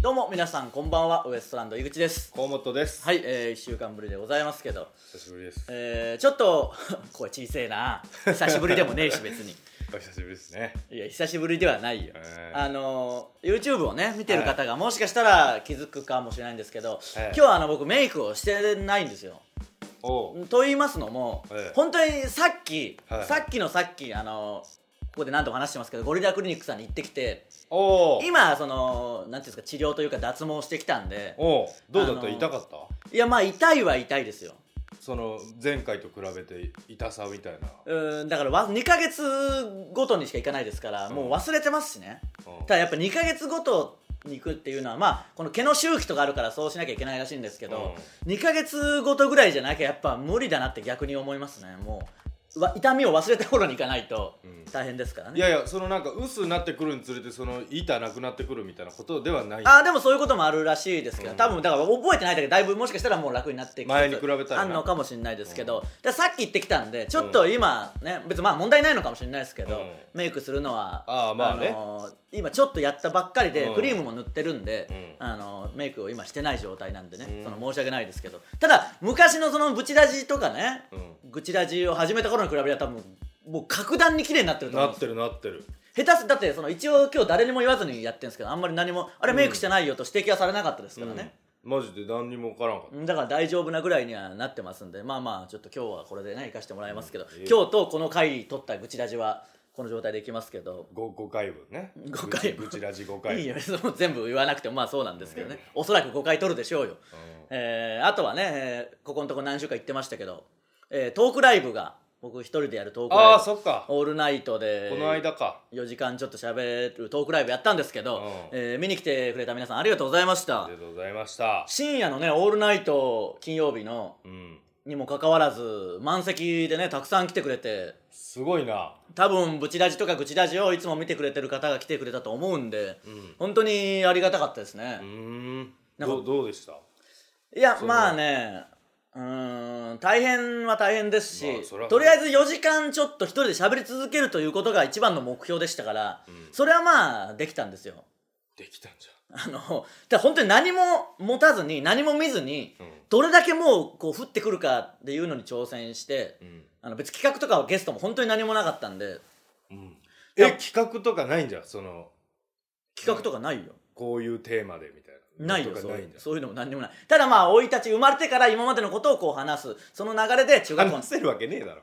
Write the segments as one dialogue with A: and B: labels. A: どうも皆さんこんばんはウエストランド井口です
B: 河本です、
A: はい、えー、1週間ぶりでございますけど、
B: 久しぶりです
A: えー、ちょっと 声小せえな久しぶりでもねえし別に
B: お久しぶりですね
A: いや久しぶりではないよ、
B: えー
A: あのー YouTube をね見てる方がもしかしたら気づくかもしれないんですけど、
B: はい
A: 今日はあの僕メイクをしてないんですよ
B: おう
A: と言いますのも、
B: ええ
A: 本当にさっき、
B: はい
A: さっきのさっきあのここで何度も話してますけどゴリラクリニックさんに行ってきて
B: おう
A: 今そのなんていうんですか治療というか脱毛してきたんで
B: おうどうだった、
A: あのー
B: 痛かった
A: いやまあ痛いは痛いですよ
B: その前回と比べて痛さみたいな、
A: うーんだからわ2ヶ月ごとにしか行かないですからもう忘れてますしね
B: うん
A: ただやっぱ2ヶ月ごとに行くっていうのはまあこの毛の周期とかあるからそうしなきゃいけないらしいんですけど、2ヶ月ごとぐらいじゃなきゃやっぱ無理だなって逆に思いますねもうわ痛みを忘れた頃に行かないと
B: うん
A: 大変ですから
B: い
A: ね、
B: やいやそのなんか薄になってくるにつれてその痛なくなってくるみたいなことではない
A: ああでもそういうこともあるらしいですけど、
B: うん
A: 多分だから覚えてないだけでだいぶもしかしたらもう楽になってきて
B: 前に比べたらな
A: あんのかもしれないですけど、でさっき言ってきたんでちょっと今ね別にまあ問題ないのかもしれないですけど、
B: うん
A: メイクするのは
B: あーまあね
A: のー今ちょっとやったばっかりで、
B: うん
A: クリームも塗ってるんで、
B: うん
A: あのーメイクを今してない状態なんでね、
B: うん
A: その申し訳ないですけどただ昔のそのブチラジとかね、
B: う
A: ブチラジを始めた頃に比べたら多分もう格段に綺麗になってる
B: ん
A: と思う
B: なん
A: で
B: っ
A: す
B: てるなってる
A: 下手すだってその一応今日誰にも言わずにやってるんですけどあんまり何もあれメイクしてないよと指摘はされなかったですからね、
B: うんマジで何にも分からんかっ
A: うんだから大丈夫なぐらいにはなってますんでまあまあちょっと今日はこれでね行かしてもらいますけど、
B: うん
A: 今日とこの回取った愚痴ラジはこの状態でいきますけど
B: た 5, 回分ね
A: 五回分
B: ぐちぐちラジ5回
A: いいよねその全部言わなくてもまあそうなんですけどね、おそらく5回取るでしょうよ、えーあとはね、えーここのとこ何週か行ってましたけど、えートークライブが僕一人でやるトーク
B: あ
A: ラ
B: あ
A: イブ
B: そっか
A: オールナイトで
B: この間か
A: 4時間ちょっと喋るトークライブやったんですけど、
B: うん
A: えー見に来てくれた皆さんありがとうございまし
B: あ
A: た
B: りがとうございました
A: 深夜のね「オールナイト」金曜日の
B: うん
A: にもかかわらず満席でねたくさん来てくれて
B: すごいな
A: 多分ブチラジとかグチラジをいつも見てくれてる方が来てくれたと思うんで、
B: うん
A: 本当にありがたかったです
B: う
A: ね、
B: ーん
A: なんか
B: どうどうでした
A: いや
B: う
A: まあねうーん大変は大変ですし、
B: まあそりゃ
A: とりあえず4時間ちょっと一人で喋り続けるということが一番の目標でしたから、
B: うん
A: それはまあできたんですよ
B: できたんじ
A: あの、だから本当に何も持たずに、何も見ずに、
B: ゃん
A: どれだけもう、こう、降ってくるかっていうのに挑戦して、
B: うん
A: あの、別に企画とかはゲストも本当に何もなかったんで、
B: うん
A: いや
B: え企画とかないんじゃんその
A: 企画とかないよ。
B: こういうテーマでみたいな
A: ないよ
B: とか
A: そう
B: ないいん
A: う
B: じゃん
A: そういうのも何にもないただまあ生い立ち生まれてから今までのことをこう話すその流れで中学校の
B: 話せるわけねえだろ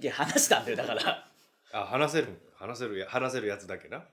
A: いや話したんだよだから
B: あ話せる話せるや話せるやつだけな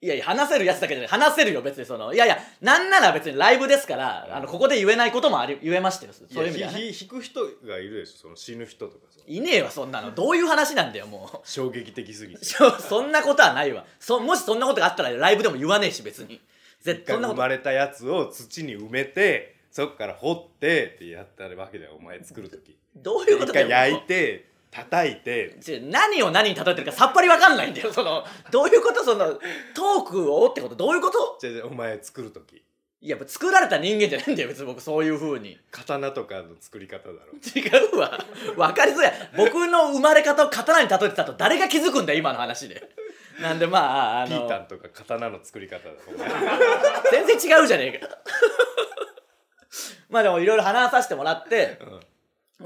B: い
A: やいや話せるやつだけじゃない話せるよ別にそのいやいやなんなら別にライブですから、あのここで言えないこともあり言えましたよそういう意味ではね
B: いやひひ引く人がいるでしょその死ぬ人とかさ
A: いねえわそんなのどういう話なんだよもう
B: 衝撃的すぎて
A: そう そんなことはないわそもしそんなことがあったらライブでも言わねえし別に絶
B: 一
A: 対
B: 回
A: そんな
B: 生
A: こと
B: まれたやつを土に埋めてそっから掘ってってやったわけじゃんお前作る時
A: どういうこ
B: 一
A: とだよ
B: 回焼いて叩いて
A: ちょ何を何に例えてるかさっぱりわかんないんだよそのどういうことそのトークをってことどういうこと
B: じゃあじゃあお前作る時
A: いや作られた人間じゃないんだよ別に僕そういうふうに
B: 刀とかの作り方だろ
A: 違うわ 分かりづらい僕の生まれ方を刀に例えてたと誰が気づくんだよ今の話でなんでまああ
B: ピータ
A: の
B: ンとか刀の作り方だろ お前
A: 全然違うじゃねえか まあでもいろいろ話させてもらって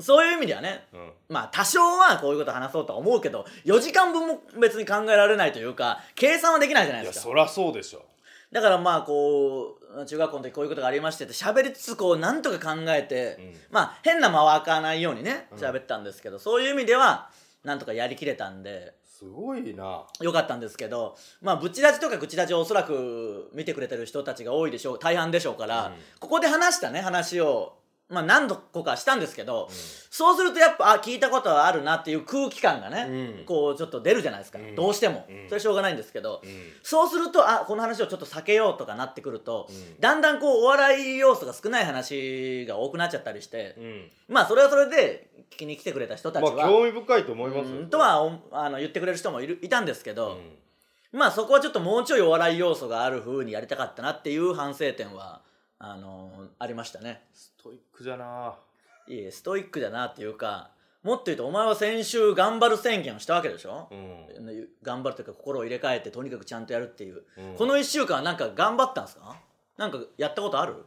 A: そういう意味ではね
B: うんうん
A: まあ多少はこういうこと話そうとは思うけど4時間分も別に考えられないというか計算はできないじゃない
B: い
A: で
B: や
A: すか
B: そりゃそうでしょ
A: だからまあこう中学校の時こういうことがありましてって喋りつつこうなんとか考えて、
B: うん
A: まあ変な間は開かないようにね
B: うん
A: 喋ったんですけど、そういう意味ではなんとかやりきれたんです
B: ごいな
A: よかったんですけどまあブチラジとかグチラジをおそらく見てくれてる人たちが多いでしょう大半でしょうから、
B: うん
A: ここで話したね話を、まあ、何度かしたんですけど、そうするとやっぱあ聞いたことはあるなっていう空気感がね、
B: うん
A: こうちょっと出るじゃないですか、
B: うん
A: どうしても、
B: うん
A: それはしょうがないんですけど、
B: うん
A: そうするとあこの話をちょっと避けようとかなってくると、
B: うん
A: だんだんこうお笑い要素が少ない話が多くなっちゃったりして、
B: うん
A: まあそれはそれで聞きに来てくれた人たち
B: ま
A: は、
B: あ興味深いと思いますよ
A: うんとはおあの言ってくれる人もいるいたんですけ
B: う
A: ど、
B: ん
A: まあそこはちょっともうちょいお笑い要素がある風にやりたかったなっていう反省点はあのありましたね。
B: ストイックじゃない
A: えストイックだなっていうかもっと言うとお前は先週頑張る宣言をしたわけでしょ
B: う、ん
A: 頑張るというか心を入れ替えてとにかくちゃんとやるっていう、
B: うん
A: この1週間はなんか頑張ったんですかなんかやったことある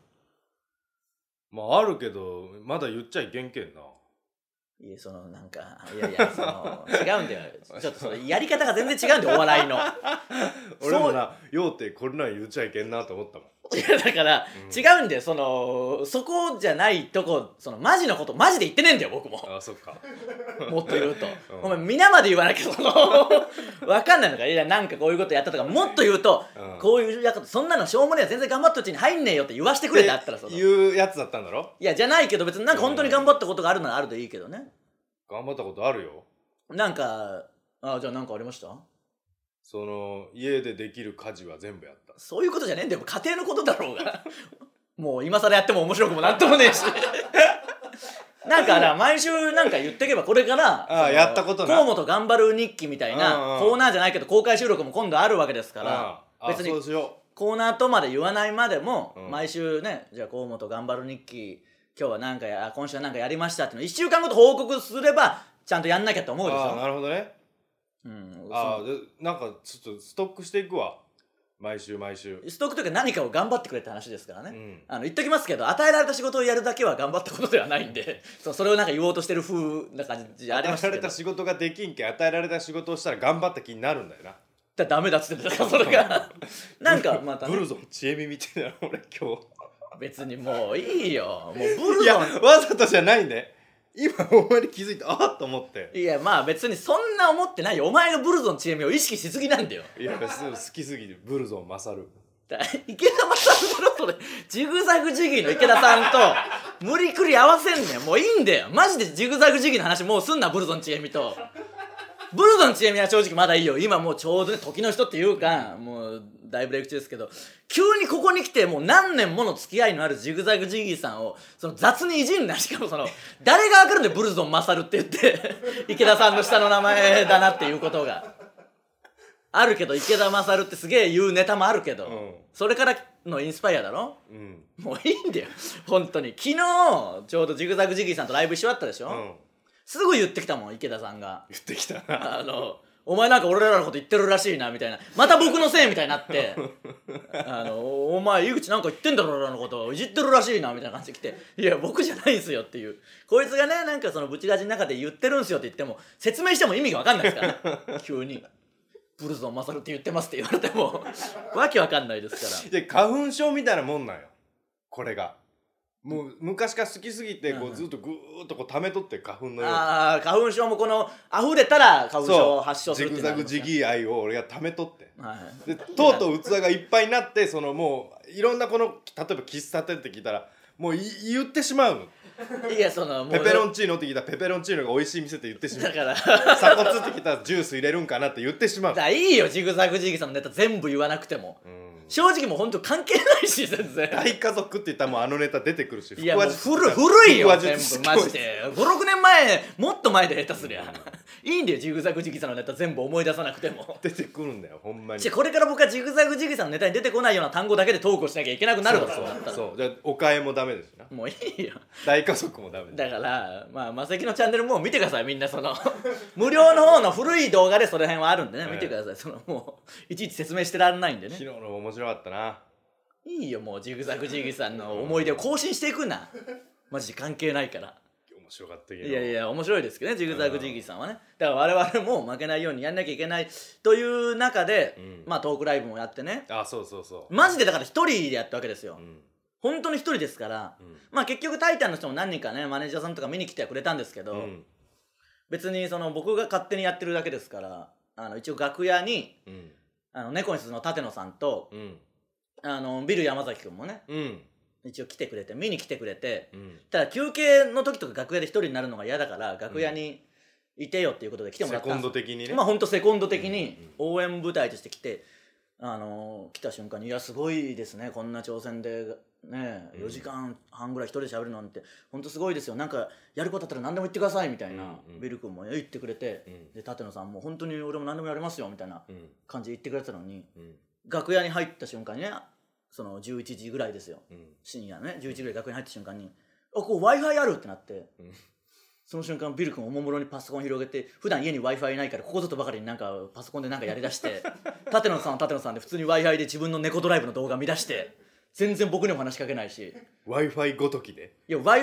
B: まああるけどまだ言っちゃいけんけんない
A: やそのなんかいやいやその違うんだ よちょっとそのやり方が全然違うんだよお笑いのい
B: 俺もなようってこれなん言っちゃいけんなと思ったもん
A: やだから、
B: うん
A: 違うんだよそのそこじゃないとこそのマジのことマジで言ってねえんだよ僕 も
B: あそっか
A: もっと言うと、
B: うん
A: お前皆まで言わなきゃその わかんないのかいやなんかこういうことやったとかもっと言うと、
B: うん
A: こういうやつそんなのしょうもねえ全然頑張ったうちに入んねえよって言わしてくれってあったらそのい
B: いうやつだったんだろ
A: やじゃないけど別になんか本当に頑張ったことがあるならあるでいいけどね
B: 頑張ったことあるよ
A: なんかあじゃあなんかありました
B: その家でできる家事は全部やった
A: そういうことじゃねえんだよ家庭のことだろうが もう今更やっても面白くもなんともねえし なんかな毎週なんか言ってけばこれから
B: ああ
A: その
B: やったことな
A: 河本頑張る日記みたい
B: うんう
A: なんコーナーじゃないけど公開収録も今度あるわけですから
B: あ
A: 別に
B: あそうしよ
A: コーナーとまで言わないまでも、
B: うん
A: 毎週ねじゃあ河本頑張る日記今日はなんかやあ今週はなんかやりましたっていうの1週間ごと報告すればちゃんとやんなきゃと思
B: う
A: うでし
B: ああ
A: ょ
B: なるほどね
A: うん、
B: ああでなんかちょっとストックしていくわ毎週毎週
A: そのストックというか何かを頑張ってくれって話ですからね、
B: うん
A: あの言っときますけど与えられた仕事をやるだけは頑張ったことではないんで そうそれをなんか言おうとしてる風な感じあり
B: 与
A: ま
B: え
A: した
B: ら
A: け
B: れ
A: ど
B: た仕事ができんけん与えられた仕事をしたら頑張った気になるんだよな
A: だダメだっつってたからそれが なんかまた、
B: ブ
A: ね
B: ル、ゾン知恵みみたいな俺今日
A: 別にもういいよもうブル
B: いや
A: ゾン
B: わざとじゃないね今ほんまに気づいてあっと思って
A: いやまあ別にそんな思ってないよお前のブルゾンちえみを意識しすぎなんだよ
B: いや別に好きすぎてブルゾン勝る
A: だ池田さんだろそれジグザグジギーの池田さんと無理くり合わせんねんもういいんだよマジでジグザグジギーの話もうすんなブルゾンちえみとブルゾンちえみは正直まだいいよ今もうちょうどね時の人っていうかもう大ブレイク中ですけど急にここに来てもう何年もの付き合いのあるジグザグジギーさんをその雑にいじんなしかもその誰が分かるんでブルゾン勝るって言って 池田さんの下の名前だなっていうことが。あるけど池田勝ってすげえ言うネタもあるけど、
B: うん
A: それからのインスパイアだろ
B: うん
A: もういいんだよ本当に昨日ちょうどジグザグジギーさんとライブ一緒だったでしょ、
B: うん
A: すぐ言ってきたもん池田さんが
B: 言ってきたな
A: あのお前なんか俺らのこと言ってるらしいなみたいなまた僕のせいみたいになって あのお前井口なんか言ってんだろ俺らのこといじってるらしいなみたいな感じで来ていや僕じゃないんすよっていうこいつがねなんかそのブチラジの中で言ってるんすよって言っても説明しても意味が分かんないですから ね急に「ブルゾン勝るって言ってます」って言われても わけわかんないですから
B: で花粉症みたいなもんなんよこれがもう昔から好きすぎてこ
A: うん
B: うずっとぐーっとこう溜めとって花粉のように
A: あー花粉症もこの溢れたら花粉症を発症す
B: ジ
A: るってい
B: グ
A: うのは
B: ザ
A: あり
B: グ
A: ますね
B: ジギー愛を俺が溜めとって
A: はい
B: でとうとう器がいっぱいになってそのもういろんなこの例えば喫茶店って聞いたらもうい言ってしまうの
A: いやそのもう
B: ペペロンチーノって聞いたらペペロンチーノが美味しい店って言ってしま
A: だ
B: う
A: から
B: 鎖骨ってきたらジュース入れるんかなって言ってしまう
A: だからいいよジグザグジギーさんのネタ全部言わなくても
B: うん
A: 正直もう本当関係ないし全然
B: 大家族って言ったらもうあのネタ出てくるし
A: いやもう
B: 腹
A: 古
B: 話術
A: 古いよ
B: 腹
A: 全
B: 話
A: 部
B: 術
A: マジで56年前もっと前で下手すりゃいいんだよジグザグジギーさんのネタ全部思い出さなくても
B: 出てくるんだよほんまに
A: じゃこれから僕はジグザグジギーさんのネタに出てこないような単語だけでトークをしなきゃいけなくなるだろうだったら
B: そうじゃあお買いもダメですしな
A: もういいよ
B: 大家族もダメだ
A: だからまあマセキのチャンネルもう見てくださいみんなその無料の方の古い動画でその辺はあるんでね
B: ええ
A: 見てくださいそのもういちいち説明してらんないんでね
B: 昨日のも面白かったない
A: いよもうジグザグジギーさんの思い出を更新していくなマジで関係ないから
B: 面白かったけど
A: いやいや面白いですけどねジグザグジギーさんはねだから我々も負けないようにやんなきゃいけないという中で、
B: うん
A: まあトークライブもやってね
B: あそうそうそう
A: マジでだから一人でやったわけですよ、
B: うん
A: 本当に一人ですから、
B: うん
A: まあ結局「タイタン」の人も何人かねマネージャーさんとか見に来てはくれたんですけど、
B: うん
A: 別にその僕が勝手にやってるだけですからあの一応楽屋に
B: うん
A: あの猫に鈴の舘野さんと
B: うん
A: あのビル山崎君もね
B: うん
A: 一応来てくれて見に来てくれて
B: うん
A: ただ休憩の時とか楽屋で一人になるのが嫌だから楽屋にいてよっていうことで来てもら
B: セ
A: ったんで
B: コ
A: す
B: ンド的にね
A: まあほんとセコンド的に
B: うんうん
A: 応援部隊として来て、あのー来た瞬間に「いやすごいですねこんな挑戦でね
B: うん
A: 4時間半ぐらい一人で喋るなんてほんとすごいですよなんかやることあったら何でも言ってください」みたいな、
B: うんうん
A: ビル君も言ってくれて、
B: うん
A: で舘野さんも「本当に俺も何でもやりますよ」みたいな
B: うん
A: 感じで言ってくれてたのに
B: うん
A: 楽屋に入った瞬間にねその11時ぐらいですよ
B: うん
A: 深夜のね11時ぐらい楽屋に入った瞬間に「あこう w i f i ある!」ってなって。
B: うん
A: その瞬間ビル君おもむろにパソコン広げて普段家に w i f i ないからここぞとばかりになんか パソコンでなんかやりだして舘野さんは舘野さんで普通に w i f i で自分の猫ドライブの動画見出して全然僕にも話しかけないし
B: w i f i ごときで
A: いや w i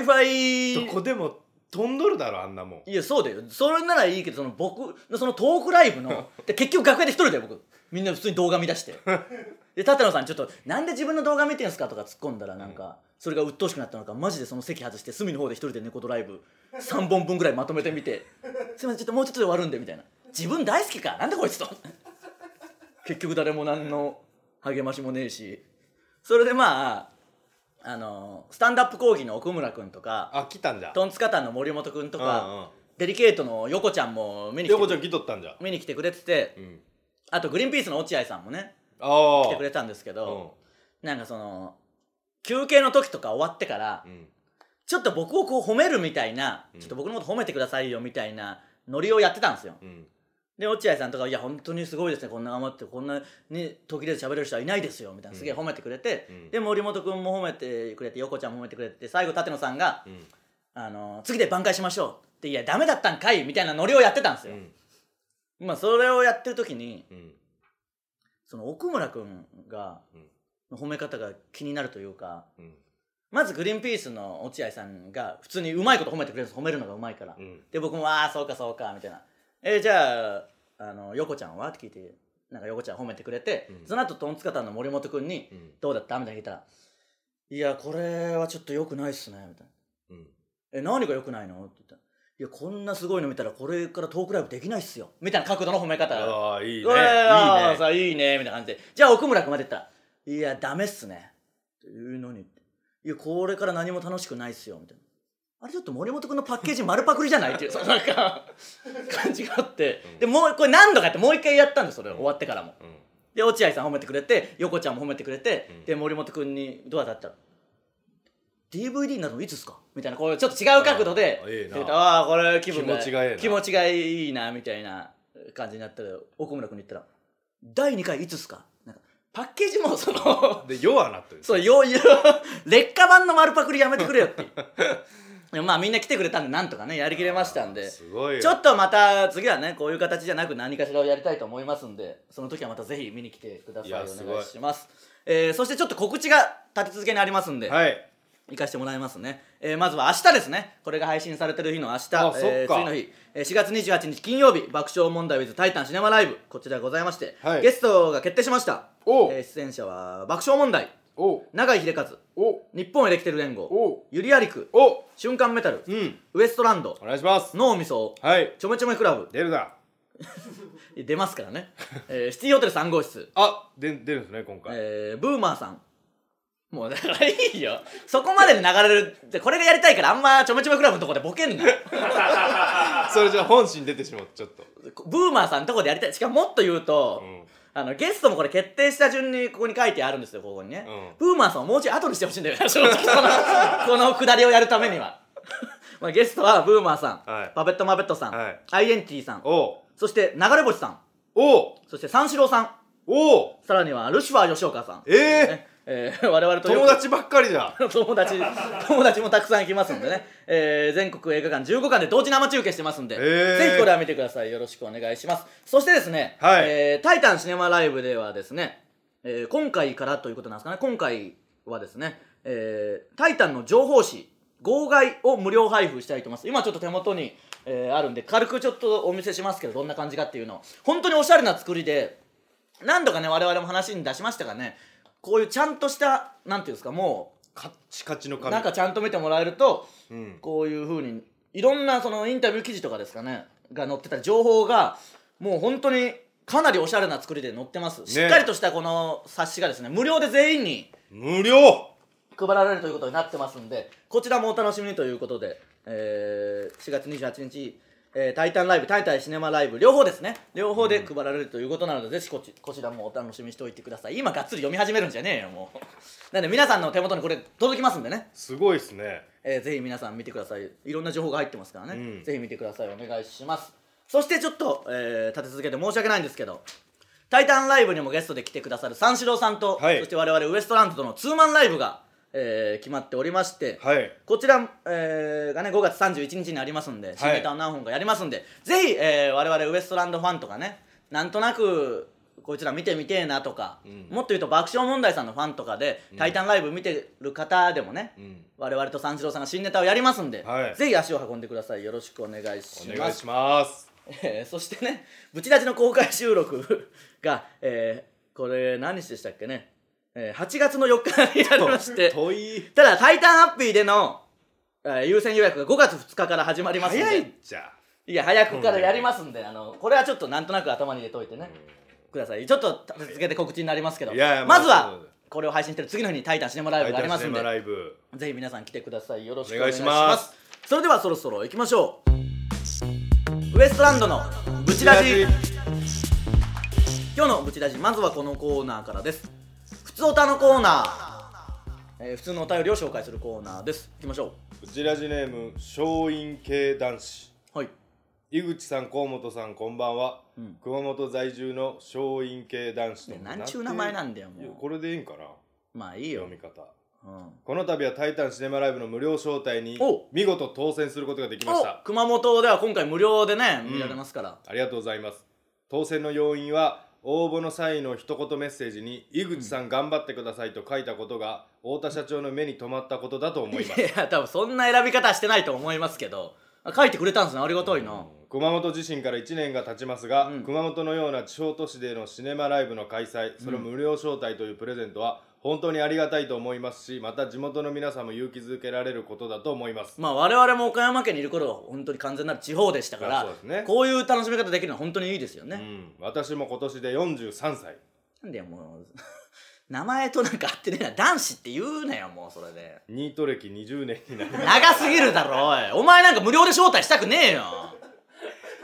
A: f
B: ど
A: i
B: こでも飛んどるだろあんなもん
A: いやそうだよそれならいいけどその僕のそのトークライブので結局楽屋で一人だよ僕みんな普通に動画見出してで舘野さんちょっと「なんで自分の動画見てんすか?」とか突っ込んだらなんか、それが鬱陶しくなったのかマジでその席外して隅の方で一人で猫とライブ3本分ぐらいまとめてみて「すいませんちょっともうちょっとで終わるんで」みたいな「自分大好きかなんだこいつ」と結局誰も何の励ましもねえしそれでまああのスタンダップ講義の奥村君とか
B: あ来たんじゃ
A: トンツカタンの森本君とか、
B: うんうん
A: デリケートの横ちゃんも見に来
B: 横
A: て
B: ちゃん来とったんじゃ
A: 見に来てくれてて、
B: うん
A: あとグリーンピースの落合さんもね
B: ああ
A: 来てくれたんですけど、なんかその休憩の時とか終わってから、
B: うんうん
A: ちょっと僕をこう褒めるみたいな、
B: うん
A: ちょっと僕のこと褒めてくださいよみたいなノリをやってたんですよ
B: うん
A: で落合さんとか「いや本当にすごいですねこんな頑張ってこんなに途切れず喋れる人はいないですよ」みたいなすげえ褒めてくれて、
B: うん
A: で森本君も褒めてくれて横ちゃんも褒めてくれて最後舘野さんが「
B: うん
A: あの次で挽回しましょう」って「いやダメだったんかい」みたいなノリをやってたんです
B: う
A: よ、
B: ん
A: まあそれをやってる時に
B: うん
A: その奥村君が、の褒め方が気になるというか
B: うん
A: まずグリーンピースの落合さんが普通にうまいこと褒めてくれるんです褒めるのがうまいから、
B: うん
A: で僕も「ああそうかそうか」みたいな「えーじゃああの横ちゃんは?」って聞いてなんか横ちゃん褒めてくれて、
B: うん
A: その後トンツカタンの森本君に
B: うん
A: 「どうだった?」みたいな聞いたら「いやこれはちょっと良くないっすね」みたいな
B: うん
A: 「え何が良くないの?」って言ったら「いやこんなすごいの見たらこれからトークライブできないっすよ」みたいな角度の褒め方
B: ああいいねいい
A: いや
B: ね
A: さいいねみたいな感じでじゃあ奥村君まで言ったら「いやダメっすね」っていうのに「いやこれから何も楽しくないっすよ」みたいなあれちょっと森本君のパッケージ丸パクリじゃないっていうそのなんか感じがあって、
B: うん
A: でもうこれ何度かやってもう一回やったんですそれ、
B: うん
A: 終わってからも
B: うん
A: で落合さん褒めてくれて横ちゃんも褒めてくれて、
B: うん
A: で森本君にドアだったら「DVD などいつっすか?」みたいなこうちょっと違う角度で
B: あーいいな
A: 出たああこれ気分
B: 気持ちがいいな
A: 気持ちがいいなみたいな感じになったら奥村君に言ったら「第2回いつっすか?」なんかパッケージもそ の
B: で弱なってる
A: そうようよう劣化版の丸パクリやめてくれよっていうでもまあみんな来てくれたんでなんとかねやりきれましたんです
B: ごいよ
A: ちょっとまた次はねこういう形じゃなく何かしらをやりたいと思いますんでその時はまたぜひ見に来てください
B: いや
A: お
B: すごい
A: 願いしますえーそしてちょっと告知が立て続けにありますんで、
B: はい
A: 行かしてもらいますね、えーまずは明日ですねこれが配信されてる日の明日
B: あ
A: えー
B: そっ
A: 次
B: か
A: の日えー4月28日金曜日爆笑問題 with タイタンシネマライブこちらございまして、
B: はい
A: ゲストが決定しました、
B: おう
A: えー出演者は爆笑問題
B: お
A: 永井秀和
B: お
A: 日本エレキテル連合
B: お
A: ゆりやりく
B: お
A: 瞬間メタル、
B: うん
A: ウエストランド
B: お願いします
A: 脳みそ
B: はい
A: ちょめちょめクラブ
B: 出るな
A: 出ますからね、えーシティホテル3号室、
B: あで出るんですね今回
A: えーブーマーさんもうだからいいよそこまでで流れるでこれがやりたいからあんまちょめちょめクラブのとこでボケんな
B: それじゃあ本心出てしまうちょっと
A: ブーマーさんのとこでやりたいしかももっと言うと、
B: うん
A: あのゲストもこれ決定した順にここに書いてあるんですよここにね、
B: う
A: ブーマーさんをもうちょい後にしてほしいんだよ ね正直このこのくだりをやるためには まあゲストはブーマーさん、
B: はい
A: パペットマペットさん、
B: はい
A: アイエンティさん
B: お
A: そして流れ星さん
B: お
A: そして三四郎さん
B: おう
A: さらにはルシファー吉岡さん
B: ええ
A: ねえー我々とよ
B: 友
A: く
B: 達ばっかりじゃ ん
A: 友達友達もたくさん来ますんでね、えー全国映画館15館で同時生中継してますんで、
B: へー
A: ぜひこれは見てくださいよろしくお願いしますそしてですね「
B: はい
A: えータイタンシネマライブ」ではですね、えー今回からということなんですかね今回はですね「えータイタン」の情報誌号外を無料配布したいと思います今ちょっと手元に、えーあるんで軽くちょっとお見せしますけどどんな感じかっていうのを本当におしゃれな作りで何度かね我々も話に出しましたがねこういうちゃんとしたなんていうんですかもう
B: カッチカチの
A: なん
B: 髪
A: かちゃんと見てもらえると
B: うん
A: こういうふうにいろんなそのインタビュー記事とかですかねが載ってた情報がもう本当にかなりおしゃれな作りで載ってます、しっかりとしたこの冊子がですね無料で全員に
B: 無料
A: 配られるということになってますんでこちらもお楽しみにということで、えー4月28日、えータイタンライブタイタンシネマライブ両方ですね両方で配られるということなので、ぜひこちこちらもお楽しみにしておいてください今がっつり読み始めるんじゃねえよもうなんで皆さんの手元にこれ届きますんでね
B: すごいですね
A: えーぜひ皆さん見てくださいいろんな情報が入ってますからね、
B: うん
A: ぜひ見てくださいお願いしますそしてちょっと、えー立て続けて申し訳ないんですけど「タイタンライブ」にもゲストで来てくださる三四郎さんと、
B: はい
A: そして我々ウエストランドとのツーマンライブが、えー決まっておりまして、
B: はい
A: こちら、えーがね5月31日にありますんで新ネタを何本かやりますんで、ぜひ、えー我々ウエストランドファンとかねなんとなくこいつら見てみてえなとか、
B: うん
A: もっと言うと爆笑問題さんのファンとかで「
B: うん
A: タイタンライブ」見てる方でもね、
B: うん
A: 我々と三四郎さんが新ネタをやりますんで、
B: はい
A: ぜひ足を運んでくださいよろしくお願いし
B: お願
A: ま
B: い
A: す
B: します
A: えーそしてね「ブチラジ」の公開収録が、えーこれ何日でしたっけね、えー8月の4日になりまして
B: 遠い
A: ただ「タイタンハッピー」での、えー優先予約が5月2日から始まりますんで
B: 早いじゃ
A: いや早くからやりますんで、あのこれはちょっとなんとなく頭に入れといてね、くださいちょっと続けて告知になりますけど
B: いやいや
A: まず
B: まあ
A: は
B: そうだ
A: これを配信してる次の日に「タイタンシネマライブ」がありますんで
B: ライブ
A: ぜひ皆さん来てくださいよろしくお
B: お
A: 願
B: 願
A: い
B: い
A: し
B: し
A: ます
B: ます
A: それではそろそろ行きましょうウエストランドのブチラジ今日のブチラジまずはこのコーナーからです普通おたのコーナー、えー普通のお便りを紹介するコーナーです行きましょ
B: ブチラジネーム松陰系男子
A: うはい
B: 井口さん河本さんこんばんは、
A: うん
B: 熊本在住の松陰系男子と
A: ねなんちゅう名前なんだよ
B: いや
A: も
B: これでいいんかな
A: うまあいいよ
B: 読、み方
A: うん、
B: この度は「タイタンシネマライブ」の無料招待に
A: お
B: 見事当選することができまし
A: お
B: た
A: 熊本では今回無料でね
B: うん
A: 見られますから、
B: ありがとうございます当選の要因は応募の際の一言メッセージに「井口さん頑張ってください」と書いたことが太田社長の目に留まったことだと思います
A: いや多分そんな選び方してないと思いますけどあ書いてくれたんですねありがたいな、
B: 熊本地震から1年が経ちますが、
A: うん
B: 熊本のような地方都市でのシネマライブの開催それを無料招待というプレゼントは本当にありがたいと思いますしまた地元の皆さんも勇気づけられることだと思います
A: まあ我々も岡山県にいる頃は本当に完全なる地方でしたから、
B: まあそうですね
A: こういう楽しみ方できるのは本当にいいですよ
B: う
A: ね、
B: ん、私も今年で43歳
A: なんでもう 名前となんか合ってねえな男子って言うなよもうそれで
B: ニート歴20年になり
A: 長すぎるだろおいお前なんか無料で招待したくねえよ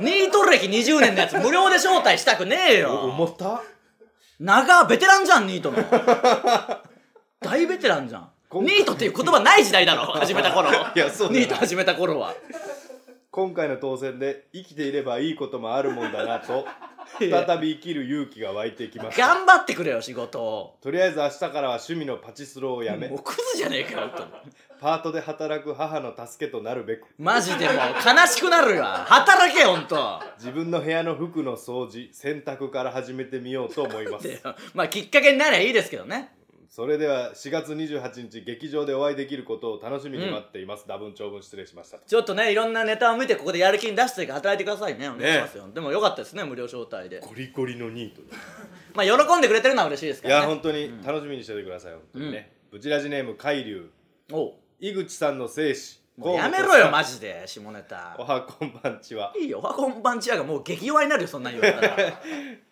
A: ニート歴20年のやつ無料で招待したくねえよ
B: った
A: 長ベテランじゃんニート の大ベテランじゃん
B: 今
A: ニ
B: 回
A: ートっていう言葉ない時代 だろ始めた頃
B: いやそうだな
A: ニート始めた頃は
B: 今回の当選で生きていればいいこともあるもんだな と再び生きる勇気が湧いてきました
A: 頑張ってくれよ仕事を
B: とりあえず明日からは趣味のパチスロをやめ
A: もうクズじゃねえかよ本当に
B: パートで働く母の助けとなるべく
A: マジでもう悲しくなるよ働けよほんと
B: 自分の部屋の服の掃除洗濯から始めてみようと思います
A: まあきっかけになりゃいいですけどね
B: それでは4月28日劇場でお会いできることを楽しみに待っています、多分長文失礼しました
A: ちょっとねいろんなネタを見てここでやる気に出して働いてくださいねお願いしますよ、でもよかったですね無料招待で
B: ゴリゴリのニートだ
A: まあ喜んでくれてるのは嬉しいですか
B: いや
A: らね
B: 本当に楽しみにしててください、本当にねブチラジネーム海流
A: おう
B: 井口さんの生死
A: もうやめろよ
B: ま
A: マジで下ネタ
B: おはこんばんちはい
A: いよワコンバンチアがもう激弱になるよそんなん言われた ら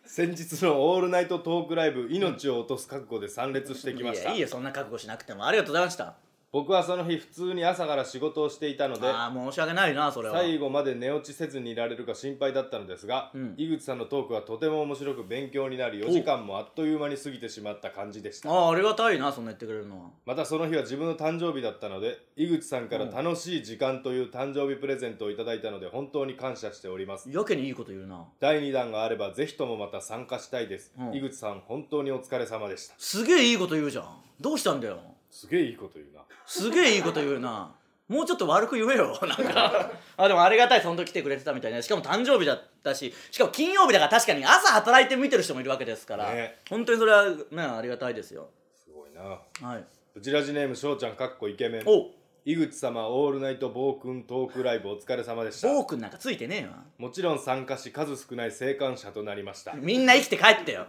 B: 先日のオールナイトトークライブ命を落とす覚悟で参列してきまし
A: い
B: た、
A: やいいよそんな覚悟しなくてもありがとうございました
B: 僕はその日普通に朝から仕事をしていたので
A: ああもう申し訳ないなそれは
B: 最後まで寝落ちせずにいられるか心配だったのですが、
A: うん
B: 井口さんのトークはとても面白く勉強になり4時間もあっという間に過ぎてしまった感じでした
A: ああありがたいなそんな言ってくれるのは
B: またその日は自分の誕生日だったので井口さんから
A: うん
B: 楽しい時間という誕生日プレゼントをいただいたので本当に感謝しております
A: やけにいいこと言うな
B: 第2弾があればぜひともまた参加したいです、
A: うん
B: 井口さん本当にお疲れ様でした
A: すげえいいこと言うじゃんどうしたんだよ
B: すげえいいこと言うな
A: すげえいいこと言うなもうちょっと悪く言えよ なんかあでもありがたいその時来てくれてたみたいなしかも誕生日だったししかも金曜日だから確かに朝働いて見てる人もいるわけですから、
B: ね
A: 本当にそれはねありがたいですよ
B: すごいな
A: はい
B: ブチラジネームしょうちゃんかっこイケメン
A: お
B: 井口様オールナイト暴君トークライブお疲れ様でした
A: ボーくんなんかついてねえわ
B: もちろん参加し数少ない生還者となりました
A: みんな生きて帰ったよ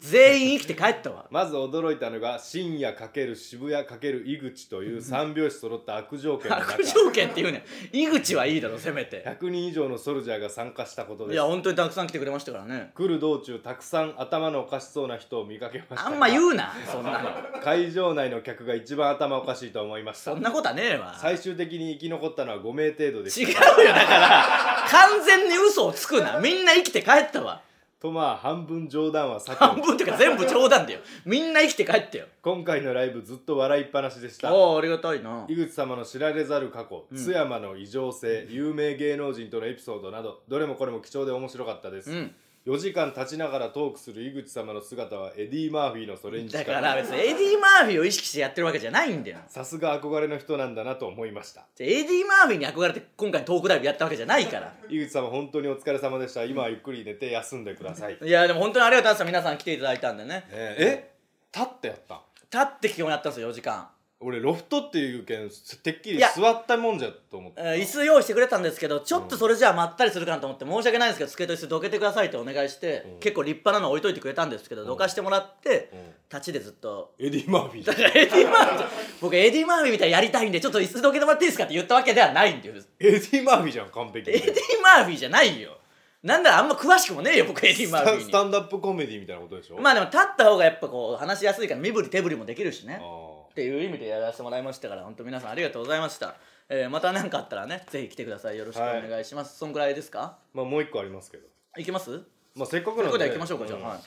A: 全員生きて帰ったわ
B: まず驚いたのが深夜×渋谷×井口という3拍子揃った悪条件の中
A: 悪条件って言うね井口はいいだろせめて
B: 100人以上のソルジャーが参加したこと
A: い
B: で
A: や
B: す
A: 本当にたくさん来てくれましたからね
B: 来る道中たくさん頭のおかしそうな人を見かけました
A: あ
B: が
A: んま言うなそんなの
B: 会場内の客が一番頭おかしいと思いました
A: そんなことはねえわ
B: 最終的に生き残ったのは5名程度で
A: 違
B: し
A: う
B: た
A: よだから完全に嘘をつくなみんな生きて帰ったわ
B: とまあ半分冗談はさてお
A: 半
B: き
A: 分というか全部冗談だよみんな生きて帰ったよ
B: 今回のライブずっと笑いっぱなしでした
A: ああありがたいな
B: 井口様の知られざる過去、津山の異常性有名芸能人とのエピソードなどどれもこれも貴重で面白かったです、
A: うん
B: 4時間立ちながらトークする井口様の姿はエディ・マーフィーのそれに近
A: だ
B: い
A: から別にエディ・マーフィーを意識してやってるわけじゃないんだよ
B: さすが憧れの人なんだなと思いました
A: じゃあエディ・マーフィーに憧れて今回トークライブやったわけじゃないから
B: 井口様本当にお疲れ様でした今はゆっくり寝て休んでください、ね
A: いやでも本当にありがとうございました皆さん来ていただいたんでね
B: ええ立ってやったん
A: 立って基本やったんですよ4時間
B: 俺ロフトっていうけんてっきり
A: いや
B: 座ったもんじゃと思っ
A: え
B: て
A: ー椅子用意してくれたんですけどちょっとそれじゃあまったりするかなと思って申し訳ないんですけど机と椅子どけてくださいってお願いして、結構立派なの置いといてくれたんですけどどかしてもらって、
B: ん
A: 立ちでずっと。
B: エディ・マーフィー
A: だからエディ・マーフィーじゃ僕エディ・マーフィーみたいにやりたいんでちょっと椅子どけてもらっていいですかって言ったわけではないんだよ
B: エディ・マーフィーじゃん完璧
A: エディ・マーフィーじゃないよなんならあんま詳しくもねえよ僕エディ・マーフィー
B: ス
A: に
B: タンダップコメディみたいなことでしょ、
A: まあでも立った方がやっぱこう話しやすいから身振り手振りもできるしね
B: あー
A: っていう意味でやらせてもらいましたから本当皆さんありがとうございました、えーまた何かあったらねぜひ来てくださいよろしくお願いします、そんぐらいですか
B: まあもう一個ありますけど、
A: いきます
B: まあ、せっかく
A: という
B: なん
A: こ
B: で
A: とで行きましょうか、じゃ
B: ん
A: あはい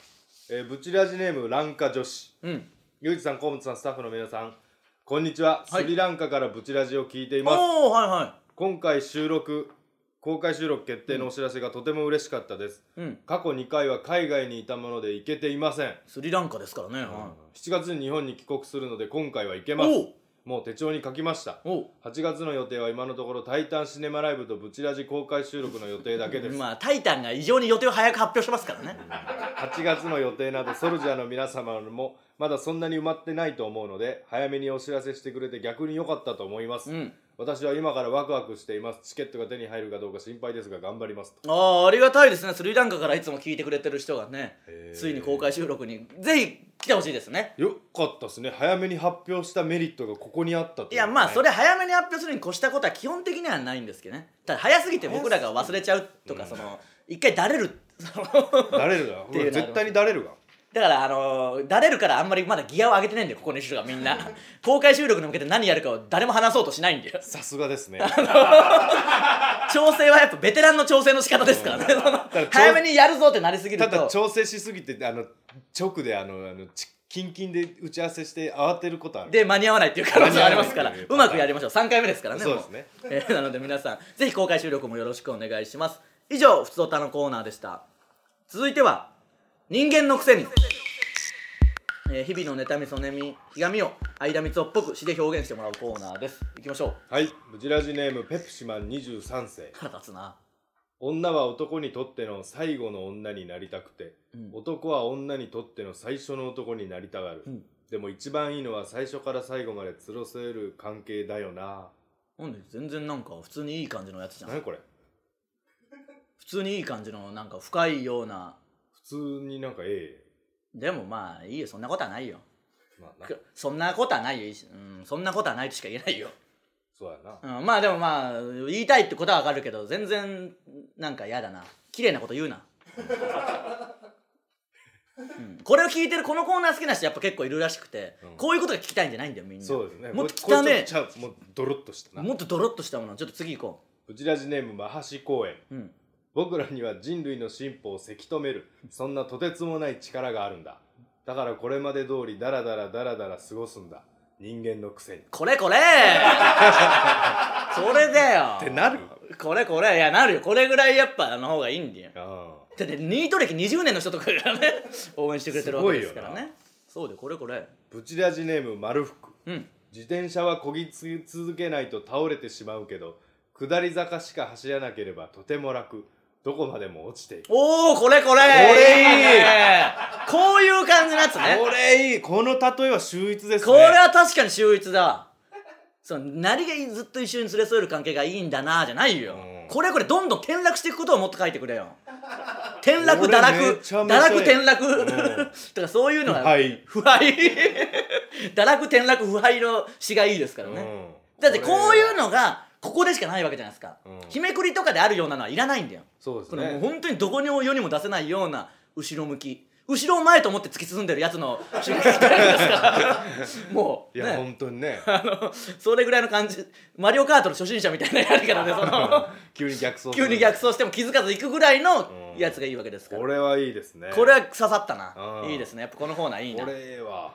B: えーブチラジネームランカ女子
A: うん
B: ゆうじさん河本さんスタッフの皆さんこんにちは、
A: はい
B: スリランカからブチラジを聞いています
A: おおはいは
B: 今回収録公開収録決定のお知らせがとても嬉しかったです、
A: いうん
B: 過去2回は海外にいたもので行けていません
A: スリランカですからね、は
B: 7月に日本に帰国するので今回は行け
A: い
B: ます
A: おう
B: もう手帳に書きました
A: おう
B: 8月の予定は今のところ「タイタンシネマライブ」と「ブチラジ」公開収録の予定だけです
A: まあタイタンが異常に予定を早く発表してますからね
B: 8月の予定などソルジャーの皆様もまだそんなに埋まってないと思うので早めにお知らせしてくれて逆に良かったと思います、
A: うん
B: 私は今からワクワクしていますチケットが手に入るかどうか心配ですが頑張りますと
A: ああありがたいですねスリランカからいつも聞いてくれてる人がね
B: へー
A: ついに公開収録にぜひ来てほしいですね
B: よかったですね早めに発表したメリットがここにあったと
A: い
B: いうね
A: やまあそれ早めに発表するに越したことは基本的にはないんですけどねただ早すぎて僕らが忘れちゃうとかその一回だれる その
B: だれるな
A: ていうのは
B: 絶対にだれるが
A: だからあのーだれるからあんまりまだギアを上げてないんだよここの人がみんな公開収録に向けて何やるかを誰も話そうとしないんだよ
B: さすがですね
A: 調整はやっぱベテランの調整の仕方ですからね その
B: ら調
A: 早めにやるぞってなりすぎる
B: た
A: と
B: だ調整しすぎてあの直であのあのちキンキンで打ち合わせして慌てることある
A: で間に合わないっていう可能性はありますから
B: 間に合わ
A: う
B: ない
A: まくやりましょう3回目ですからね
B: そうですね
A: もう えーなので皆さんぜひ公開収録もよろしくお願いします以上ふつおたのコーナーでした続いては人間のくせに、えー日々の妬みそみひがみを間みつをっぽく詩で表現してもらうコーナーですいきましょう
B: はいブチラジネームペプシマン23世
A: 腹立つな
B: 女は男にとっての最後の女になりたくて、
A: うん
B: 男は女にとっての最初の男になりたがる、
A: うん
B: でも一番いいのは最初から最後までつろせる関係だよな
A: なんで全然なんか普通にいい感じのやつじゃん
B: 何これ
A: 普通にいい感じのなんか深いような
B: 普通になんかえ
A: でもまあいいよそんなことはないよ
B: えまあな
A: くそんなことはないよ、いいしうん、そんなことはないとしか言えないよ
B: そうやな
A: うん、まあでもまあ言いたいってことはわかるけど全然なんか嫌だな綺麗なこと言うな、うん、これを聞いてるこのコーナー好きな人やっぱ結構いるらしくて、
B: うん
A: こういうことが聞きたいんじゃないんだよみんな
B: そうですね
A: もっと
B: これ
A: 汚ね
B: これちょっとちゃうもうドロッとしたな
A: もっとドロッとしたものちょっと次行こ
B: ブチラジネームマハシ公園
A: ううん
B: 僕らには人類の進歩をせき止めるそんなとてつもない力があるんだだからこれまで通りダラダラダラダラ過ごすんだ人間のくせにっ
A: これ これそれだよ
B: てなる
A: これこれいやなるよこれぐらいやっぱの方がいいんだよ
B: ああ
A: だってニート歴20年の人とかがね応援してくれてるわけですから
B: すごい
A: ねそうだよこれこれ
B: ブチラジネーム丸福
A: うん
B: 自転車は漕ぎつ続けないと倒れてしまうけど下り坂しか走らなければとても楽どこまでも落ちていく
A: おおこれこれこ
B: れいい
A: ねこういう感じのやつね
B: これいいこの例えは秀逸ですね
A: これは確かに秀逸だわその何気にずっと一緒に連れ添える関係がいいんだなじゃないよ、
B: うん
A: これこれどんどん転落していくことをもっと書いてくれよ転落
B: これ
A: 堕
B: め
A: 落
B: ちゃ
A: 堕
B: めちゃ
A: 落
B: い
A: 転
B: い
A: 落、
B: ん
A: とかそういうのが
B: 腐敗
A: 腐敗堕落転落腐敗の詩がいいですから
B: う
A: ね、
B: ん
A: だってこういう
B: れ
A: のがここでしかないわけじゃないですか、
B: うん
A: 日めくりとかであるようなのはいらないんだよ
B: そうです
A: これもう
B: ね
A: 本当にどこにも世にも出せないような後ろ向き後ろを前と思って突き進んでるやつの 主義ですからもう
B: いや
A: ね
B: 本当にね
A: あのそれぐらいの感じマリオカートの初心者みたいなやり方で その
B: 急に逆走す る
A: 急に逆走しても気づかず行くぐらいのやつがいいわけですから
B: これはいいですね
A: これは刺さったな
B: うん
A: いいですねやっぱこのコーナーいい
B: こ
A: な
B: れええわ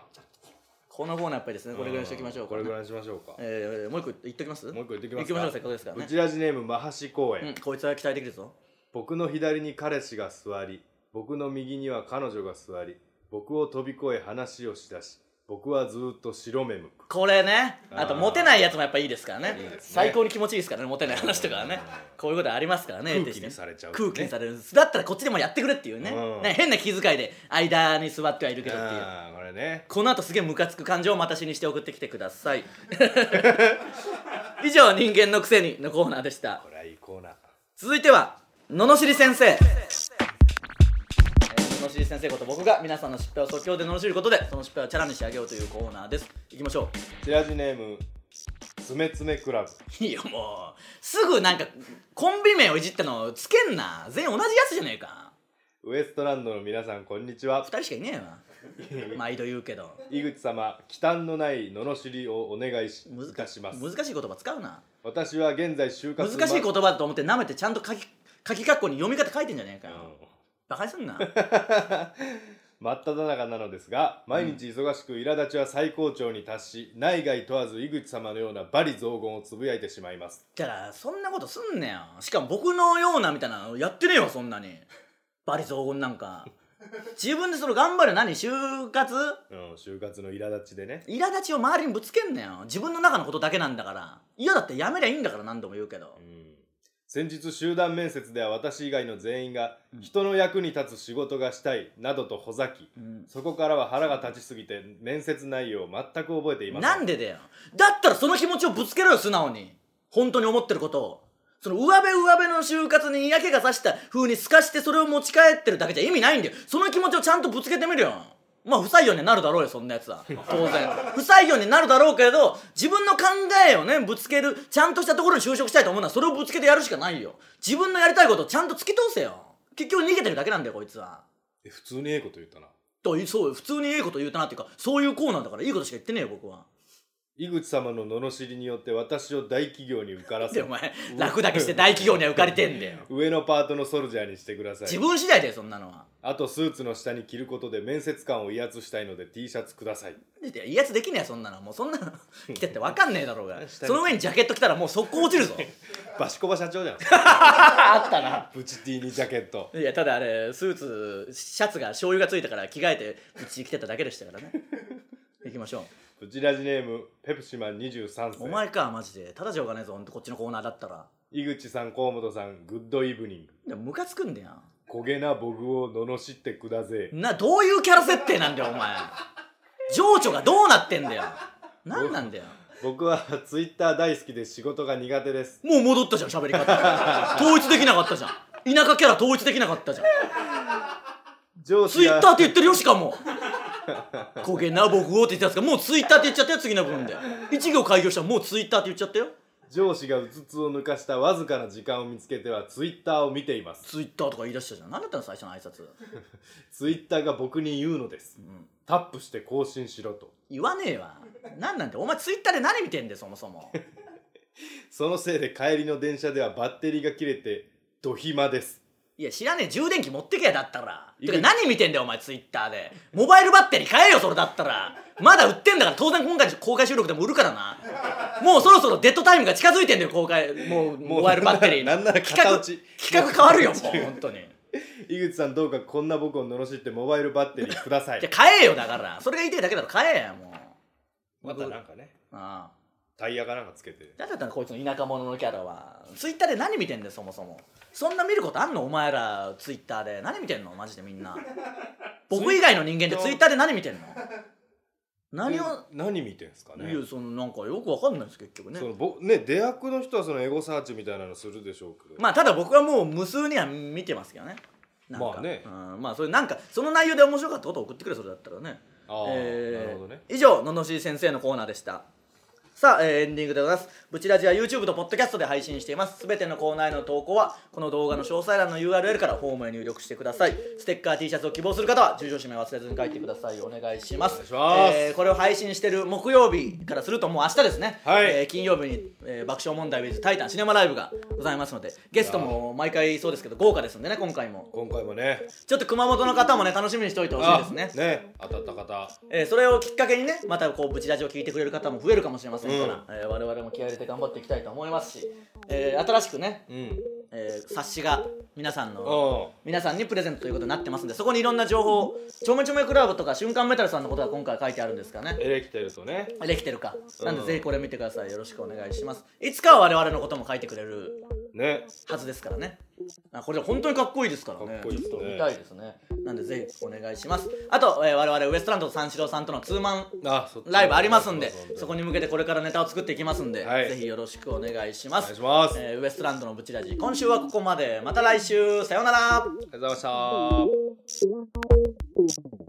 A: このコーナーやっぱりですねこれぐらいにしておきましょう
B: これぐらいにしましょうか
A: えーもう一個言っときます
B: もう一個言ってきま
A: 行
B: す
A: きましょうせっかくですから
B: ブ
A: ね
B: チラジネームマハシ公園
A: うんこいつは期待できるぞ
B: 僕の左に彼氏が座り僕の右には彼女が座り僕を飛び越え話をしだし僕はずーっと白目むく
A: これねあと
B: あー
A: モテないやつもやっぱいいですからね
B: いいですね
A: 最高に気持ちいいですからねモテない話とかはねこういうことありますからね
B: 空
A: 得てし
B: 気
A: て
B: にされちゃう、
A: 空気にされるだったらこっちでもやってくれっていうね,、
B: うん
A: ね変な気遣いで間に座ってはいるけどっていう
B: あーこれね
A: この後すげえムカつく感情を私にして送ってきてください 以上人間のくせにのコーナーでした
B: これはいいコーナー
A: 続いては罵り先生えー罵り先生こと僕が皆さんの失敗を即興で罵ることでその失敗をチャラにしてあげようというコーナーですいきましょ
B: チラジネームつめつめクラブ
A: う いいよもうすぐなんかコンビ名をいじったのつけんな全員同じやつじゃねえか
B: ウエストランドの皆さんこんにちは
A: 2人しかいねえわ 毎度言うけど
B: 井口様忌憚のない罵りをお願いし
A: むず
B: いたします
A: 難しい言葉使うな
B: 私は現在就活
A: 難しい言葉だと思って舐めてちゃんと書き書き括弧に読み方書いてんじゃねえかよ、
B: うん
A: バカにすんな
B: 真っ只中なのですが毎日忙しく苛立ちは最高潮に達し、内外問わず井口様のような罵詈雑言をつぶやいてしまいます
A: じゃあそんなことすんねよしかも僕のようなみたいなのやってねえわそんなにバリ雑言なんか自分でその頑張る何就活
B: うん就活の苛立ちでね
A: 苛立ちを周りにぶつけんなよ自分の中のことだけなんだから嫌だってやめりゃいいんだから何度も言うけど
B: うん先日集団面接では私以外の全員が人の役に立つ仕事がしたいなどとほざき
A: うん
B: そこからは腹が立ちすぎて面接内容を全く覚えていません
A: なんでだよだったらその気持ちをぶつけろよ素直に本当に思ってることをその上辺上辺の就活に嫌気がさした風に透かしてそれを持ち帰ってるだけじゃ意味ないんだよその気持ちをちゃんとぶつけてみるよまあ不採用になるだろうよそんなやつ は当然不採用になるだろうけれど自分の考えをねぶつけるちゃんとしたところに就職したいと思うならそれをぶつけてやるしかないよ自分のやりたいことをちゃんと突き通せよ結局逃げてるだけなんだよこいつは
B: え普通にええこと言った
A: だ
B: な
A: からそう普通にいいこと言うたなっていうかそういうコーナーだからいいことしか言ってねえよ僕は
B: 井口様の罵りによって私を大企業に受から
A: で
B: せ
A: お前楽だけして 大企業には浮かれてんだよ
B: 上のパートのソルジャーにしてください
A: 自分次第だよそんなのは
B: あとスーツの下に着ることで面接官を威圧したいので T シャツくだ さい
A: いや威圧できねえよそんなのもうそんな の着てって分かんねえだ ろうがその上にジャケット着たらもう速攻落ちるぞ
B: バシコバ社長じゃん
A: あったな
B: プチ T にジャケット
A: いやただあれスーツシャツが醤油がついたから着替えてうちに来てただけでしたからね 行きましょ
B: プチラジネームペプシマン23
A: うお
B: 世
A: 前かマジでただじゃおかねえぞほんとこっちのコーナーだったら
B: 井口さん河本さんグッドイブニング
A: でもムカつくんだよ
B: 焦げな僕を罵ってくだぜ
A: などういうキャラ設定なんだよお前情緒がどうなってん だよ何なんだよ
B: 僕はツイッター大好きで仕事が苦手です
A: もう戻ったじゃん喋り方 統一できなかったじゃん田舎キャラ統一できなかったじゃん
B: 上
A: ツ
B: 司
A: イ
B: が
A: ッターって言ってるよしかもこげな僕をって言ってたんですからもうツイッターって言っちゃったよ次の分で一行開業したらもうツイッターって言っちゃったよ
B: 上司がうつつを抜かしたわずかな時間を見つけてはツイッターを見ています
A: ツイッターとか言い出したじゃん何だったの最初の挨拶
B: ツイッターが僕に言うのです、タップして更新しろと
A: 言わねえわ何なんだよお前ツイッターで何見てんだよそもそも
B: そのせいで帰りの電車ではバッテリーが切れてド暇です
A: いや知らねえ充電器持ってけやだったら
B: い
A: てか
B: く
A: 何見てんだよお前ツイッターでモバイルバッテリー買えよそれだったらまだ売ってんだから当然今回の公開収録でも売るからなもうそろそろデッドタイムが近づいてんだよ公開もう
B: も
A: モ
B: う
A: バイルバッテリーの
B: なんなら
A: 企画
B: 片落
A: 企
B: ち
A: 画変わるよもう本当に
B: 井口さんどうかこんな僕を罵ってモバイルバッテリーください
A: じゃ買えよだからそれが言いたいだけだろ買えやもう
B: またなんかね
A: ああ
B: タイヤかなんかつけて
A: 誰だったのこいつの田舎者のキャラはツイッターで何見てんだよそもそもそんな見ることあんのお前らツイッターで何見てんのマジでみ んな僕以外の人間ってツイッターで何見て んの何を
B: え何見てんすかね
A: いやそのなんかよくわかんないです結局ね
B: そのぼね出役の人はそのエゴサーチみたいなのするでしょうけど、
A: まあただ僕はもう無数には見てますけどねなんか
B: まあね
A: うん、まあそれなんかその内容で面白かったことを送ってくれそれだったらね
B: ああ、
A: えー
B: なるほどね
A: 以上ののしり先生のコーナーでしたさあ、えーエンディングでございますブチラジは YouTube とポッドキャストで配信していますすべてのコーナーへの投稿はこの動画の詳細欄の URL からフォームへ入力してくださいステッカー T シャツを希望する方は住所氏名忘れずに書いてくださいお願いします
B: お願いします
A: えーこれを配信してる木曜日からするともう明日ですね、
B: はい
A: えー金曜日に、えー爆笑問題 with タイタンシネマライブがございますのでゲストも毎回そうですけど豪華ですんでね今回も
B: 今回もね
A: ちょっと熊本の方もね楽しみにしておいてほしいですね
B: あね当たった方
A: えーそれをきっかけにねまたこうブチラジを聞いてくれる方も増えるかもしれませんから、えー我々も気合い入れて頑張っていきたいと思いますし、えー新しくね、
B: うん
A: えー冊子が皆さんの
B: うん
A: 皆さんにプレゼントということになってますんでそこにいろんな情報ちょめちょめクラブとか瞬間メタルさんのことが今回書いてあるんですからね
B: エレキテルとね
A: できてるか
B: うん
A: なんでぜひこれ見てくださいよろしくお願いしますいつかは我々のことも書いてくれる
B: ね
A: はずですからねあこれ本当にかっこいいですからね
B: かっこいいです
A: ち
B: ね
A: ょっと見たいですねなんでぜひお願いしますあと、えー我々ウエストランドと三四郎さんとのツーマン
B: あそっち
A: ライブありますんで
B: ううう
A: そこに向けてこれからネタを作っていきますんで、
B: はい
A: ぜひよろしくお願いしま
B: お願
A: す
B: いします、
A: えーウエストランドのブチラジ今週はここまでまた来週さようなら
B: ありがとうございました
C: うん